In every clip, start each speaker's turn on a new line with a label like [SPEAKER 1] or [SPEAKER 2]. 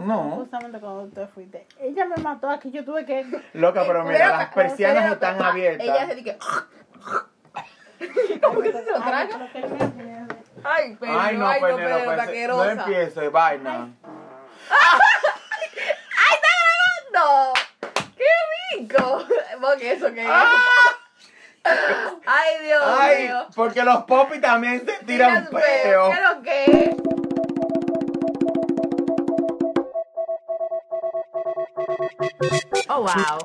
[SPEAKER 1] No.
[SPEAKER 2] Justamente cuando te fuiste. Ella me mató aquí, yo tuve que.
[SPEAKER 1] Loca, pero mira,
[SPEAKER 3] Loca,
[SPEAKER 1] las
[SPEAKER 3] como
[SPEAKER 1] persianas
[SPEAKER 3] ustedes,
[SPEAKER 1] están
[SPEAKER 3] ah, Ella se
[SPEAKER 1] abiertas.
[SPEAKER 3] dice. ¿Cómo que se lo
[SPEAKER 2] Ay,
[SPEAKER 3] traga?
[SPEAKER 2] pero que él me entiende.
[SPEAKER 3] Ay, pero
[SPEAKER 1] Ay, no,
[SPEAKER 3] pero
[SPEAKER 1] Penélope,
[SPEAKER 3] la
[SPEAKER 1] ese-
[SPEAKER 3] asquerosa.
[SPEAKER 1] no empieces, vaina.
[SPEAKER 3] ¡Ay, está grabando! ¡Qué rico! Porque eso que ¡Ay, Dios
[SPEAKER 1] Ah. Ay,
[SPEAKER 3] mío!
[SPEAKER 1] porque los popis también se tiran
[SPEAKER 3] Ah, Mira,
[SPEAKER 1] peo.
[SPEAKER 3] pero, ¿Qué es lo que es? Oh, wow.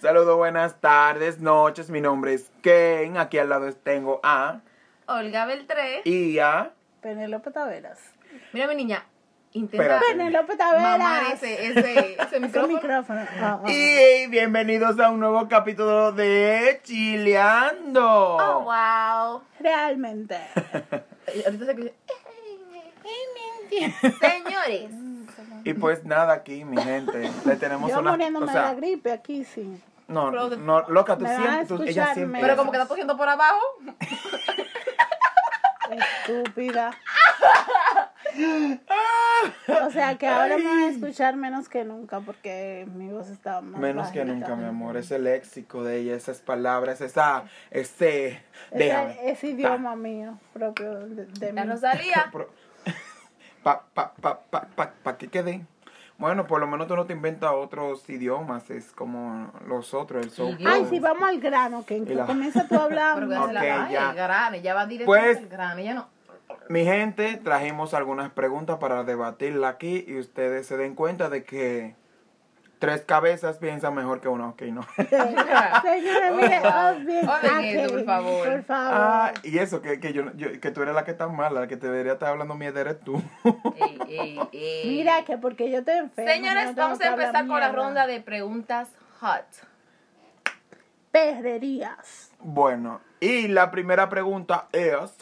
[SPEAKER 1] Saludos, buenas tardes, noches. Mi nombre es Ken. Aquí al lado tengo a
[SPEAKER 3] Olga Beltré.
[SPEAKER 1] Ia.
[SPEAKER 2] Penélope Taveras.
[SPEAKER 3] Mira, mi niña. Intenta
[SPEAKER 1] Espérate.
[SPEAKER 2] Penélope
[SPEAKER 3] mamar
[SPEAKER 2] Taveras.
[SPEAKER 3] ese, ese, ese
[SPEAKER 2] Ese
[SPEAKER 3] micrófono.
[SPEAKER 2] micrófono. Ah, ah.
[SPEAKER 1] Y bienvenidos a un nuevo capítulo de Chileando.
[SPEAKER 3] Oh, wow.
[SPEAKER 2] Realmente.
[SPEAKER 3] Eh, Ahorita se escucha. Señores,
[SPEAKER 1] Y pues nada aquí, mi gente. Le tenemos
[SPEAKER 2] Yo
[SPEAKER 1] una.
[SPEAKER 2] muriéndome
[SPEAKER 1] o
[SPEAKER 2] de
[SPEAKER 1] sea,
[SPEAKER 2] la gripe aquí, sí.
[SPEAKER 1] no,
[SPEAKER 3] Pero-
[SPEAKER 1] no, loca, tú
[SPEAKER 2] Me van a
[SPEAKER 1] siempre, tú- ella
[SPEAKER 2] escuchar
[SPEAKER 1] siempre.
[SPEAKER 3] pero como que está tosiendo por abajo.
[SPEAKER 2] Estúpida. O sea que ahora me van a escuchar menos que nunca porque mi voz está más
[SPEAKER 1] Menos que
[SPEAKER 2] bajita.
[SPEAKER 1] nunca, mi amor. Ese léxico de ella, esas palabras, esa, ese,
[SPEAKER 2] Ese,
[SPEAKER 1] déjame.
[SPEAKER 2] ese idioma mío propio de, de mí.
[SPEAKER 3] Ya no salía.
[SPEAKER 1] Pro- Pa, pa, pa, pa, pa, pa que quede. Bueno, por lo menos tú no te inventas otros idiomas, es como los otros, el soul
[SPEAKER 3] Idiomas.
[SPEAKER 2] Ay,
[SPEAKER 1] flow.
[SPEAKER 2] sí, vamos al grano, que
[SPEAKER 1] Y la-
[SPEAKER 2] comienza tú
[SPEAKER 3] Pero que
[SPEAKER 2] hablando.
[SPEAKER 1] Ok,
[SPEAKER 3] se la
[SPEAKER 1] ya.
[SPEAKER 3] ya. el grano, ya va directo
[SPEAKER 1] Pues-
[SPEAKER 3] al grano, ya no.
[SPEAKER 1] Mi gente, trajimos algunas preguntas para debatirla aquí y ustedes se den cuenta de que tres cabezas piensan mejor que uno, ok, no.
[SPEAKER 2] Señora, mire,
[SPEAKER 3] Oh,
[SPEAKER 2] os bien.
[SPEAKER 3] oh, dejen eso, por
[SPEAKER 2] ok,
[SPEAKER 3] favor.
[SPEAKER 2] Por favor.
[SPEAKER 1] Ah, y eso, que, que yo, yo- que tú eres la que está mala, la que te debería estar hablando mierda eres tú.
[SPEAKER 3] Ey, ey, ey.
[SPEAKER 2] Mira, que porque yo te enfermo.
[SPEAKER 3] eh, Señores,
[SPEAKER 2] no tengo
[SPEAKER 3] vamos
[SPEAKER 2] que
[SPEAKER 3] a
[SPEAKER 2] hablar
[SPEAKER 3] empezar con la
[SPEAKER 2] mierda.
[SPEAKER 3] ronda de preguntas hot.
[SPEAKER 2] Perrerías.
[SPEAKER 1] Bueno, y la primera pregunta es...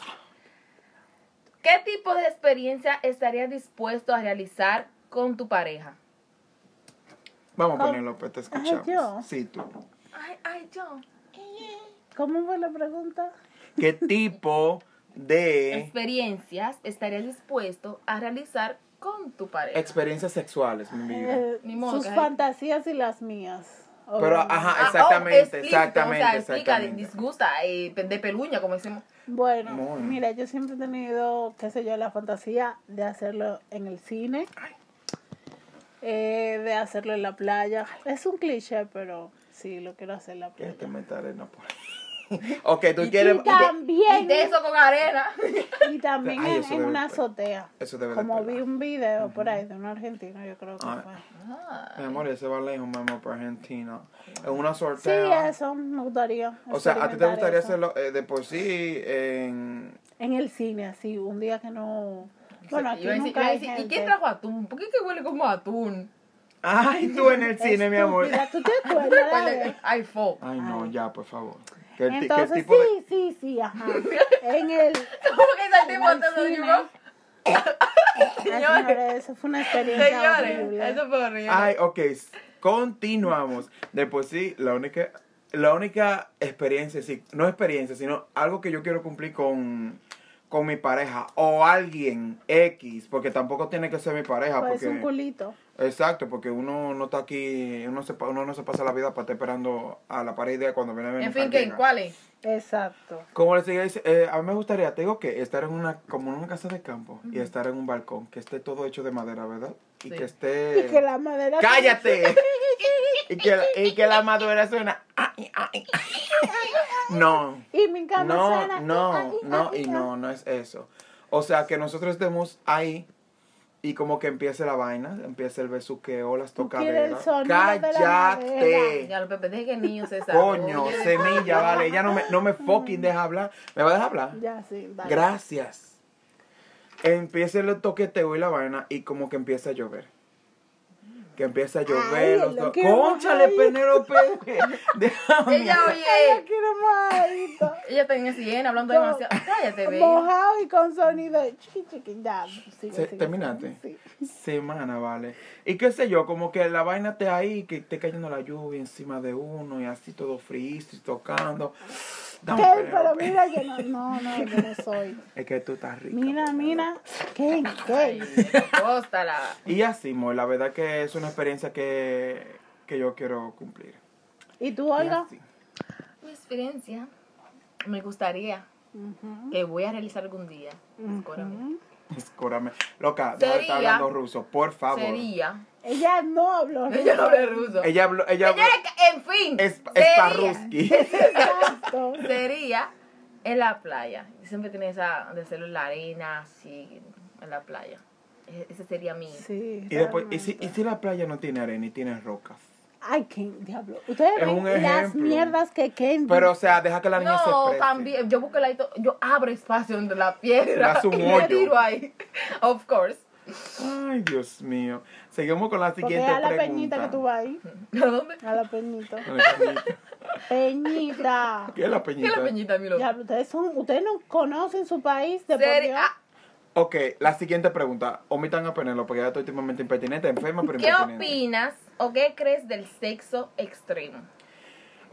[SPEAKER 3] ¿Qué tipo de experiencia estarías dispuesto a realizar con tu pareja?
[SPEAKER 1] Vamos a
[SPEAKER 2] Con-
[SPEAKER 1] ponerlo, pues te escuchamos.
[SPEAKER 2] yo.
[SPEAKER 1] Sí, tú.
[SPEAKER 3] Ay, ay, yo.
[SPEAKER 2] ¿Cómo fue la pregunta?
[SPEAKER 1] ¿Qué tipo de
[SPEAKER 3] Experiencias estarías dispuesto a realizar con tu pareja.
[SPEAKER 1] experiencias sexuales, mi vida?
[SPEAKER 2] Eh,
[SPEAKER 3] Ni modo,
[SPEAKER 2] sus
[SPEAKER 3] que hay-
[SPEAKER 2] fantasías y las mías.
[SPEAKER 1] Pero,
[SPEAKER 2] obviamente.
[SPEAKER 1] ajá,
[SPEAKER 3] Ah, oh,
[SPEAKER 1] exactamente,
[SPEAKER 3] explícito,
[SPEAKER 1] exactamente,
[SPEAKER 3] O sea, explica,
[SPEAKER 1] exactamente.
[SPEAKER 3] disgusta, eh, de peluña, como decimos.
[SPEAKER 2] Bueno,
[SPEAKER 1] Muy.
[SPEAKER 2] mira, yo siempre he tenido, qué sé yo, la fantasía de hacerlo en el cine, eh, de hacerlo en la playa. Es un cliché, pero sí, lo quiero hacer en la
[SPEAKER 1] Que
[SPEAKER 2] playa.
[SPEAKER 3] Este,
[SPEAKER 1] te meta arena por ahí. pues. Ok, tú quieres...
[SPEAKER 2] Y también,
[SPEAKER 3] Y de eso con arena.
[SPEAKER 2] y también
[SPEAKER 1] Ay,
[SPEAKER 2] en,
[SPEAKER 1] eso
[SPEAKER 2] en
[SPEAKER 1] debe-
[SPEAKER 2] una azotea.
[SPEAKER 1] Eso debe de
[SPEAKER 2] Como vi
[SPEAKER 1] pelar.
[SPEAKER 2] un video por ahí de un argentino, yo creo que
[SPEAKER 1] Ah.
[SPEAKER 2] fue.
[SPEAKER 3] Ah,
[SPEAKER 1] Mi amor, ese va lejos, mi amor, para Argentina. Es una
[SPEAKER 2] Sí,
[SPEAKER 1] sortea.
[SPEAKER 2] eso me gustaría.
[SPEAKER 1] O sea, ¿a ti te
[SPEAKER 2] experimentar
[SPEAKER 1] gustaría
[SPEAKER 2] eso.
[SPEAKER 1] hacerlo eh, de por sí en...
[SPEAKER 2] En el cine, así, un día que no... Bueno, aquí
[SPEAKER 3] Iba a decir-
[SPEAKER 2] nunca
[SPEAKER 3] iba a
[SPEAKER 2] hay
[SPEAKER 3] decir, ¿Y
[SPEAKER 2] gente.
[SPEAKER 3] quién trajo atún? ¿Por qué que huele como atún?
[SPEAKER 1] Ay, tú en el cine, mi amor.
[SPEAKER 2] Estúpida, ¿tú te acuerdas de-
[SPEAKER 3] Ay, fo.
[SPEAKER 1] Ay, no, ya, por favor. ¿Qué, ti- qué
[SPEAKER 2] Entonces,
[SPEAKER 1] tipo de...
[SPEAKER 2] sí, sí, sí, ajá. En el.
[SPEAKER 3] ¿Cómo que está el tipo
[SPEAKER 2] En el
[SPEAKER 3] todo
[SPEAKER 2] cine.
[SPEAKER 3] llevó?
[SPEAKER 2] Ay,
[SPEAKER 3] Señores,
[SPEAKER 2] señores, eso fue una experiencia horrible.
[SPEAKER 3] señores, eso fue horrible.
[SPEAKER 1] Ay, ok, s- continuamos. De por sí, la única, la única experiencia, sí, no experiencia, sino algo que yo quiero cumplir con, con mi pareja o alguien X, porque tampoco tiene que ser mi pareja.
[SPEAKER 2] Pues
[SPEAKER 1] Ah, porque,
[SPEAKER 2] un culito.
[SPEAKER 1] Exacto, porque uno no está aquí, uno, se, pa- uno no se pasa la vida para estar esperando a la pareja de cuando viene a ver
[SPEAKER 3] en
[SPEAKER 1] mi
[SPEAKER 3] fin, ¿qué?
[SPEAKER 1] cartera.
[SPEAKER 3] ¿cuál es?
[SPEAKER 2] Exacto.
[SPEAKER 1] Como les decía, eh, a mí me gustaría, te digo que estar en una, como en una casa de campo y estar en un balcón, que esté todo hecho de madera, ¿verdad? Y
[SPEAKER 3] Sí.
[SPEAKER 1] que esté...
[SPEAKER 2] Y que la madera.
[SPEAKER 1] Eh, ¡Cállate! y, que la, y que la madura suena. ay, ay, ay. No.
[SPEAKER 2] Y mi cama
[SPEAKER 1] No,
[SPEAKER 2] suena,
[SPEAKER 1] no,
[SPEAKER 2] ay, ay,
[SPEAKER 1] no,
[SPEAKER 2] ay,
[SPEAKER 1] y
[SPEAKER 2] ay.
[SPEAKER 1] no, no es eso. O sea, que nosotros estemos ahí y como que empiece la vaina, empiece el besuqueo, las
[SPEAKER 2] Tú quieres el
[SPEAKER 1] tocaderas.
[SPEAKER 2] sonido de la
[SPEAKER 1] ¡Cállate!
[SPEAKER 3] Ya, lo Pepe, deje que el niño se sabe.
[SPEAKER 1] Coño, semilla, vale, ya no me, no me fucking deja hablar. ¿Me va a dejar hablar?
[SPEAKER 2] Ya, sí, dale.
[SPEAKER 1] Gracias. Empieza el toqueteo y la vaina y como que empieza a llover. Que empieza a llover.
[SPEAKER 2] Ay,
[SPEAKER 1] los
[SPEAKER 2] lo
[SPEAKER 1] dos-
[SPEAKER 2] quiero
[SPEAKER 1] ¡Cónchale,
[SPEAKER 2] mojadito!
[SPEAKER 1] Penélope! Déjame.
[SPEAKER 3] Ella,
[SPEAKER 2] Ay, yo
[SPEAKER 3] oye,
[SPEAKER 2] quiero mojadito.
[SPEAKER 3] ella está en el sillén hablando
[SPEAKER 2] No.
[SPEAKER 3] demasiado. Cállate, ve.
[SPEAKER 2] Mojado y con sonido de chiqui chiqui. Ya, sigue,
[SPEAKER 1] Se-
[SPEAKER 2] sigue,
[SPEAKER 1] terminaste.
[SPEAKER 2] sigue, sí.
[SPEAKER 1] Semana, vale. Y qué sé yo, como que la vaina esté ahí, que esté cayendo la lluvia encima de uno y así todo frío y tocando. Dame
[SPEAKER 2] Ken,
[SPEAKER 1] pelea,
[SPEAKER 2] pero
[SPEAKER 1] pe-
[SPEAKER 2] mira, yo no, no, no, yo no soy.
[SPEAKER 1] Es que tú estás rica.
[SPEAKER 2] Mira,
[SPEAKER 1] pues,
[SPEAKER 2] mira, Ken, Ken.
[SPEAKER 3] Cóstala.
[SPEAKER 1] Y así, Mo, la verdad que es una experiencia que, que yo quiero cumplir.
[SPEAKER 2] ¿Y tú,
[SPEAKER 1] Y
[SPEAKER 2] Olga?
[SPEAKER 1] así.
[SPEAKER 3] Mi experiencia me gustaría que voy a realizar algún día. escórame,
[SPEAKER 2] Ujú.
[SPEAKER 1] Escúrame. Loca, deja de estar
[SPEAKER 3] Sería-
[SPEAKER 1] hablando ruso, por favor.
[SPEAKER 3] Sería.
[SPEAKER 2] Ella no habló.
[SPEAKER 3] Yo no hablé ruso.
[SPEAKER 1] Ella habló, ella habló,
[SPEAKER 3] Señores, en fin.
[SPEAKER 1] es,
[SPEAKER 3] sería,
[SPEAKER 1] Sparruski.
[SPEAKER 2] Exacto.
[SPEAKER 3] sería en la playa. Siempre tiene esa de hacerlo en la arena, así, en la playa. E- Ese sería mi.
[SPEAKER 2] Sí.
[SPEAKER 1] Y después, y si,
[SPEAKER 2] realmente.
[SPEAKER 1] y si la playa no tiene arena y tiene rocas.
[SPEAKER 2] Ay, Ken, diablo. Ustedes
[SPEAKER 1] Es un
[SPEAKER 2] ven las
[SPEAKER 1] ejemplo.
[SPEAKER 2] mierdas que Ken
[SPEAKER 1] Pero, o sea, deja que la niña se
[SPEAKER 3] No,
[SPEAKER 1] exprese.
[SPEAKER 3] también. Yo busco el ladito, yo abro espacio entre la piedra.
[SPEAKER 1] Le hace un
[SPEAKER 3] y
[SPEAKER 1] hoyo.
[SPEAKER 3] me tiro ahí. Of course.
[SPEAKER 1] Ay, Dios mío. Seguimos con la
[SPEAKER 2] Porque
[SPEAKER 1] siguiente
[SPEAKER 2] a la
[SPEAKER 1] pregunta.
[SPEAKER 2] peñita que tú vas ahí.
[SPEAKER 3] ¿A dónde?
[SPEAKER 2] A la peñita.
[SPEAKER 1] Con la peñita.
[SPEAKER 2] Peñita.
[SPEAKER 1] ¿Qué es la
[SPEAKER 3] ¿Qué es
[SPEAKER 1] peñita?
[SPEAKER 3] la peñita, mi loco?
[SPEAKER 2] Diablo, ustedes son, ustedes no conocen su país de por
[SPEAKER 3] Sería.
[SPEAKER 2] Dios.
[SPEAKER 3] ah,
[SPEAKER 1] Ok, la siguiente pregunta. Omitan a Penelo porque ya estoy últimamente impertinente, enferma, pero
[SPEAKER 3] ¿Qué
[SPEAKER 1] impertinente.
[SPEAKER 3] opinas o qué crees del sexo extremo?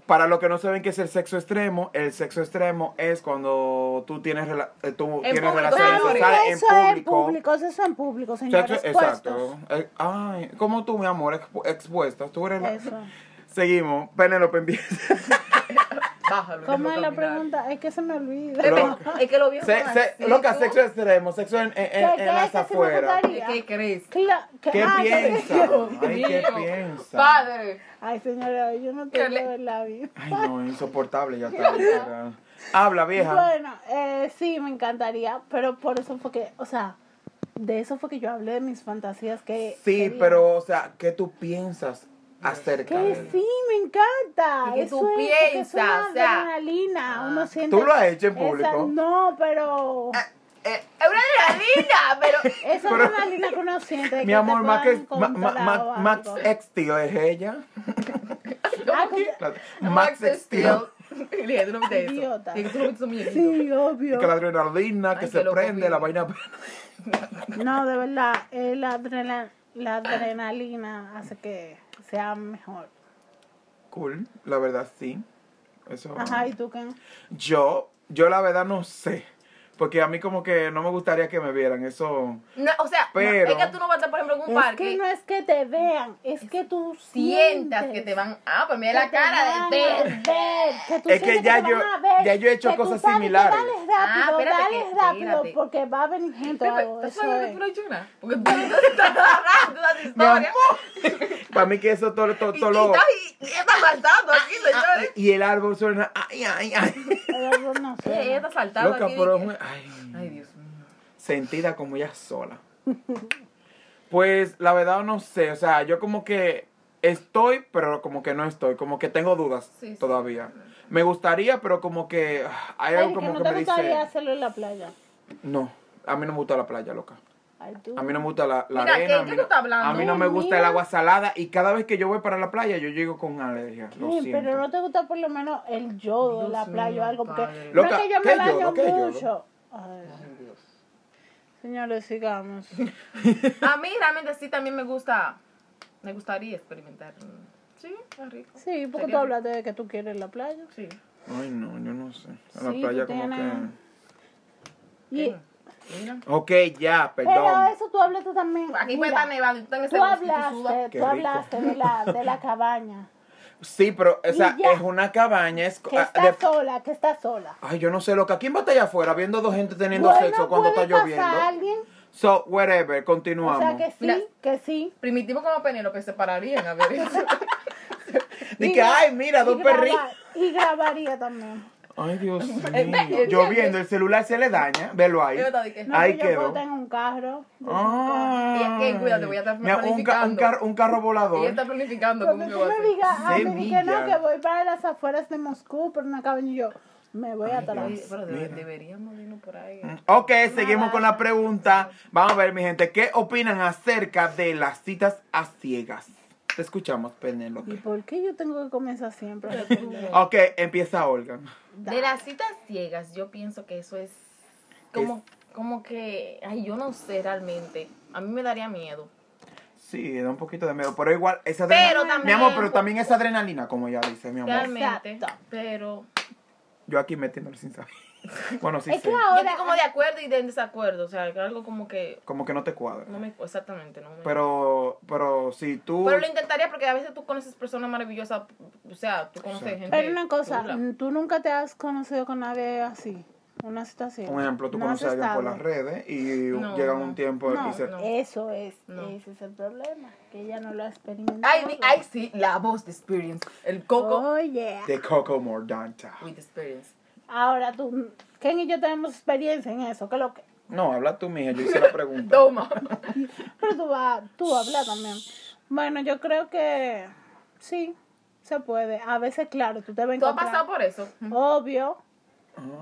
[SPEAKER 1] Para los que no saben qué es el sexo extremo, el sexo extremo es cuando tú tienes, rela- eh, tú tienes
[SPEAKER 3] público,
[SPEAKER 1] relaciones
[SPEAKER 3] claro,
[SPEAKER 2] Claro,
[SPEAKER 1] sexuales en
[SPEAKER 2] eso es en
[SPEAKER 1] público.
[SPEAKER 2] público, eso es en público, señores.
[SPEAKER 1] Sexo-
[SPEAKER 2] puestos.
[SPEAKER 1] exacto. Eh, Ay, como tú, mi amor, expu- expuesta. Tú eres la-
[SPEAKER 2] Eso.
[SPEAKER 1] Seguimos. Penélope empieza.
[SPEAKER 3] Bájalo.
[SPEAKER 2] ¿Cómo es la
[SPEAKER 3] déjalo caminar.
[SPEAKER 2] pregunta? Es que se me olvida.
[SPEAKER 1] Pero-
[SPEAKER 3] Es que lo vio.
[SPEAKER 1] Se, se, loca, sexo extremo, sexo en, en, en-
[SPEAKER 2] ¿Qué
[SPEAKER 1] en las
[SPEAKER 2] crees que sí me
[SPEAKER 1] afueras.
[SPEAKER 2] gustaría?
[SPEAKER 3] ¿Qué crees?
[SPEAKER 2] Cla- que-
[SPEAKER 1] ¿Qué
[SPEAKER 2] ah, ya te-
[SPEAKER 1] piensa? Ay,
[SPEAKER 3] Dios
[SPEAKER 1] ¿qué
[SPEAKER 3] mío.
[SPEAKER 1] piensa?
[SPEAKER 3] Padre.
[SPEAKER 2] Ay, señora, yo no tengo
[SPEAKER 3] le-
[SPEAKER 2] el labio.
[SPEAKER 1] Ay, no, insoportable ya está. literal. Habla, vieja.
[SPEAKER 2] Bueno, eh, sí, me encantaría, pero por eso fue que, o sea, de eso fue que yo hablé de mis fantasías que...
[SPEAKER 1] Sí,
[SPEAKER 2] quería.
[SPEAKER 1] pero, o sea, ¿qué tú piensas acerca de
[SPEAKER 2] Que
[SPEAKER 1] él?
[SPEAKER 2] sí, me encanta.
[SPEAKER 3] este Y que
[SPEAKER 2] eso
[SPEAKER 3] tú
[SPEAKER 2] es, porque es
[SPEAKER 3] piensas,
[SPEAKER 2] una
[SPEAKER 3] o sea. ah,
[SPEAKER 2] adrenalina, uno siente...
[SPEAKER 1] ¿Tú lo has hecho en
[SPEAKER 2] esa-
[SPEAKER 1] público?
[SPEAKER 2] no, pero...
[SPEAKER 3] Eh, es una adrenalina, pero.
[SPEAKER 2] Esa
[SPEAKER 1] Pero-
[SPEAKER 2] adrenalina que uno siente. de
[SPEAKER 1] Mi amor,
[SPEAKER 2] te
[SPEAKER 1] Max,
[SPEAKER 2] puedan
[SPEAKER 1] ma- ma-
[SPEAKER 2] encontrar
[SPEAKER 1] ma-
[SPEAKER 2] o
[SPEAKER 1] Max eh,
[SPEAKER 2] algo.
[SPEAKER 1] Extio es ella.
[SPEAKER 2] Ah, con-
[SPEAKER 1] Max Extio.
[SPEAKER 3] Lía, tú no viste eso.
[SPEAKER 2] Idiota.
[SPEAKER 3] Lía, tú no viste esos muñequitos.
[SPEAKER 2] Sí, obvio.
[SPEAKER 1] Que la adrenalina, que
[SPEAKER 3] Ay,
[SPEAKER 1] se
[SPEAKER 3] qué loco,
[SPEAKER 1] prende, la
[SPEAKER 3] Will.
[SPEAKER 1] vaina.
[SPEAKER 2] No, de verdad, eh, la, adrena- la adrenalina hace que sea mejor.
[SPEAKER 1] Cool, la verdad sí. Eso.
[SPEAKER 2] Ajá, ¿y tú qué?
[SPEAKER 1] Yo, yo la verdad no sé. Porque a mí como que no me gustaría que me vieran. Eso.
[SPEAKER 3] No, o sea, no,
[SPEAKER 1] Pero-
[SPEAKER 3] es que tú no vas a estar, por ejemplo, en un
[SPEAKER 2] Es
[SPEAKER 3] parque.
[SPEAKER 2] que no es que te vean, es que tú
[SPEAKER 3] Sientas que te van. Ah, pues mira la cara del perro.
[SPEAKER 2] perro. Que tú
[SPEAKER 1] Es que
[SPEAKER 2] sientes
[SPEAKER 1] ya
[SPEAKER 2] te
[SPEAKER 1] yo-
[SPEAKER 2] van a ver,
[SPEAKER 1] ya yo he hecho
[SPEAKER 2] que tú
[SPEAKER 1] cosas
[SPEAKER 2] sabes que
[SPEAKER 1] similares.
[SPEAKER 2] Dale rápido,
[SPEAKER 3] Ah, espérate
[SPEAKER 2] dale
[SPEAKER 3] que-
[SPEAKER 2] rápido,
[SPEAKER 3] espérate.
[SPEAKER 2] porque va a venir gente o algo.
[SPEAKER 3] ¿Tú
[SPEAKER 2] Eso
[SPEAKER 3] sabes que
[SPEAKER 2] es.
[SPEAKER 3] tú no has hecho nada? Porque tú estás narrando las historias.
[SPEAKER 1] Para mí que eso todo, todo,
[SPEAKER 3] Y, y,
[SPEAKER 1] todo lo-
[SPEAKER 3] estás- y, y estás saltando aquí, señores.
[SPEAKER 1] Y el árbol suena. Ay, ay, ay.
[SPEAKER 2] Pero yo no
[SPEAKER 3] Sí, Ella
[SPEAKER 2] sé.
[SPEAKER 3] está saltando
[SPEAKER 1] Loca,
[SPEAKER 3] aquí.
[SPEAKER 1] pero.
[SPEAKER 3] dije,
[SPEAKER 1] Ay.
[SPEAKER 3] Ay, Dios mío.
[SPEAKER 1] sentida como ella sola. Pues la verdad no sé, o sea, yo como que estoy, pero como que no estoy, como que tengo dudas
[SPEAKER 3] Sí, sí.
[SPEAKER 1] todavía. Me gustaría, pero como que ah, hay
[SPEAKER 2] Ay,
[SPEAKER 1] algo
[SPEAKER 2] que
[SPEAKER 1] como
[SPEAKER 2] no
[SPEAKER 1] que
[SPEAKER 2] te
[SPEAKER 1] me
[SPEAKER 2] gustaría
[SPEAKER 1] dice,
[SPEAKER 2] hacerlo en la playa.
[SPEAKER 1] no, a mí no me gusta la playa, loca.
[SPEAKER 2] Ay, tú.
[SPEAKER 1] A mí no me gusta la, la
[SPEAKER 3] Mira, ¿qué-
[SPEAKER 1] arena, a
[SPEAKER 3] qué
[SPEAKER 1] mí,
[SPEAKER 3] tú
[SPEAKER 1] no,
[SPEAKER 3] estás hablando?
[SPEAKER 1] a mí no me gusta el
[SPEAKER 2] Mira.
[SPEAKER 1] agua salada y cada vez que yo voy para la playa yo llego con alergia, lo
[SPEAKER 2] Sí,
[SPEAKER 1] siento.
[SPEAKER 2] pero no te gusta por lo menos el yodo,
[SPEAKER 3] Dios
[SPEAKER 2] la playa
[SPEAKER 3] mío,
[SPEAKER 2] o algo, porque
[SPEAKER 3] padre.
[SPEAKER 2] no
[SPEAKER 1] Loca,
[SPEAKER 2] es que yo
[SPEAKER 1] ¿qué
[SPEAKER 2] me baño
[SPEAKER 1] yodo? ¿Qué yodo?
[SPEAKER 2] mucho. Ay,
[SPEAKER 3] Ay, Dios.
[SPEAKER 2] señores, sigamos.
[SPEAKER 3] A mí realmente sí también me gusta. Me gustaría experimentar. Sí, es rico.
[SPEAKER 2] Sí, porque
[SPEAKER 3] Sería
[SPEAKER 2] tú hablaste de que tú quieres la playa.
[SPEAKER 3] Sí.
[SPEAKER 1] Ay, no, yo no sé. A la
[SPEAKER 2] Sí,
[SPEAKER 1] playa
[SPEAKER 2] tú
[SPEAKER 1] como
[SPEAKER 2] tienes-
[SPEAKER 1] que...
[SPEAKER 2] Y,
[SPEAKER 3] Mira.
[SPEAKER 1] Ok, ya,
[SPEAKER 2] pero
[SPEAKER 1] Eh, perdón.
[SPEAKER 2] eso tú hablaste también.
[SPEAKER 3] Aquí puede
[SPEAKER 2] mira,
[SPEAKER 3] estar nevado y tú en ese
[SPEAKER 2] Tú
[SPEAKER 3] bosque y tú sudas.
[SPEAKER 2] hablaste,
[SPEAKER 1] Qué
[SPEAKER 2] tú
[SPEAKER 1] rico.
[SPEAKER 2] hablaste de la, de la cabaña.
[SPEAKER 1] Sí, pero o sea,
[SPEAKER 2] Y ya.
[SPEAKER 1] es una cabaña, es
[SPEAKER 2] Que
[SPEAKER 1] ah,
[SPEAKER 2] está
[SPEAKER 1] de-
[SPEAKER 2] sola, que está sola.
[SPEAKER 1] Ay, yo no sé, loca. ¿Quién va a estar allá afuera viendo dos gente teniendo
[SPEAKER 2] Bueno,
[SPEAKER 1] sexo cuando está
[SPEAKER 2] puede
[SPEAKER 1] lloviendo?
[SPEAKER 2] pasar alguien.
[SPEAKER 1] So, whatever,
[SPEAKER 2] O
[SPEAKER 1] continuamos.
[SPEAKER 2] sea, que sí,
[SPEAKER 3] Mira.
[SPEAKER 2] que sí.
[SPEAKER 3] Primitivo como Penélope se pararían a ver eso.
[SPEAKER 1] Di
[SPEAKER 2] Y
[SPEAKER 1] que,
[SPEAKER 2] gra-
[SPEAKER 1] ay, mira, dos
[SPEAKER 2] y grabar-
[SPEAKER 1] perritos.
[SPEAKER 2] Y grabaría también.
[SPEAKER 1] Ay, Dios mío.
[SPEAKER 3] Entiende.
[SPEAKER 1] Lloviendo, el celular se le daña. Velo ahí.
[SPEAKER 3] Yo estaba de que-
[SPEAKER 2] No,
[SPEAKER 1] ahí
[SPEAKER 2] que yo puedo
[SPEAKER 1] quedó.
[SPEAKER 2] estar en un carro.
[SPEAKER 1] Ah.
[SPEAKER 3] Y es que, cuídate, voy a estar
[SPEAKER 1] Mira, un, ca- un,
[SPEAKER 3] planificando.
[SPEAKER 1] carro- un carro
[SPEAKER 3] Ella
[SPEAKER 1] volador.
[SPEAKER 3] está planificando cómo
[SPEAKER 2] Cuando
[SPEAKER 3] que
[SPEAKER 2] tú
[SPEAKER 3] va a
[SPEAKER 2] me
[SPEAKER 3] hacer.
[SPEAKER 2] digas, ah, me dije no,
[SPEAKER 1] Semilla.
[SPEAKER 2] que voy para las afueras de Moscú por una cabaña, y yo me voy a
[SPEAKER 1] Dios.
[SPEAKER 2] Talas.
[SPEAKER 3] Oye, Pero debe-
[SPEAKER 1] Mira.
[SPEAKER 3] deberíamos irnos por ahí.
[SPEAKER 1] Mm, Ok, seguimos con la pregunta. Vamos a ver, mi gente, ¿qué opinan acerca de las citas a ciegas? Te escuchamos,
[SPEAKER 2] ¿Y
[SPEAKER 1] Penélope.
[SPEAKER 2] por qué yo tengo que comenzar siempre?
[SPEAKER 1] Ok, empieza Olga.
[SPEAKER 3] De las citas ciegas, yo pienso que eso es como, como que, ay, yo no sé realmente. A mí me daría miedo.
[SPEAKER 1] Sí, da un poquito de miedo, pero igual esa
[SPEAKER 3] Pero
[SPEAKER 1] adrenalina- Mi
[SPEAKER 3] también-
[SPEAKER 1] amor, pero también esa adrenalina, como ya dice mi amor.
[SPEAKER 3] Realmente.
[SPEAKER 2] Exacto.
[SPEAKER 3] Pero
[SPEAKER 1] Yo aquí metiéndole sin saber. Bueno, sí
[SPEAKER 2] Es que
[SPEAKER 1] sé.
[SPEAKER 3] Yo
[SPEAKER 2] ahora.
[SPEAKER 3] estoy como de acuerdo y de desacuerdo, o sea, que algo como que
[SPEAKER 1] Como que no te cuadra.
[SPEAKER 3] no me exactamente, no me
[SPEAKER 1] Pero, pero si tú...
[SPEAKER 3] Pero lo intentaría porque a veces tú conoces personas maravillosas, o sea, tú conoces
[SPEAKER 1] Exacto.
[SPEAKER 3] gente
[SPEAKER 2] Pero una cosa, mm,
[SPEAKER 3] chula.
[SPEAKER 2] tú nunca te has conocido con nadie así. Una situación.
[SPEAKER 1] Un ejemplo, tú
[SPEAKER 2] No has
[SPEAKER 1] conoces a alguien por
[SPEAKER 2] estado.
[SPEAKER 1] las redes y
[SPEAKER 3] No,
[SPEAKER 1] llega
[SPEAKER 3] no.
[SPEAKER 1] un tiempo
[SPEAKER 2] No,
[SPEAKER 1] y se...
[SPEAKER 3] no.
[SPEAKER 2] eso es.
[SPEAKER 3] No.
[SPEAKER 2] Ese es el problema. Que ella no lo ha experimentado.
[SPEAKER 3] Ay, di- ay, sí, la voz de Experience, el coco
[SPEAKER 2] Oh, yeah.
[SPEAKER 1] De Coco Mordanta.
[SPEAKER 2] Oh.
[SPEAKER 3] with Experience.
[SPEAKER 2] Ahora tú, Ken y yo tenemos experiencia en eso. Que lo que.
[SPEAKER 1] No, habla tú, mija. Yo hice la pregunta.
[SPEAKER 3] Toma.
[SPEAKER 2] Pero tú vas, tú hablas también. Bueno, yo creo que sí, se puede. A veces, claro, tú te ves
[SPEAKER 3] ¿Tú has pasado por eso?
[SPEAKER 2] Obvio.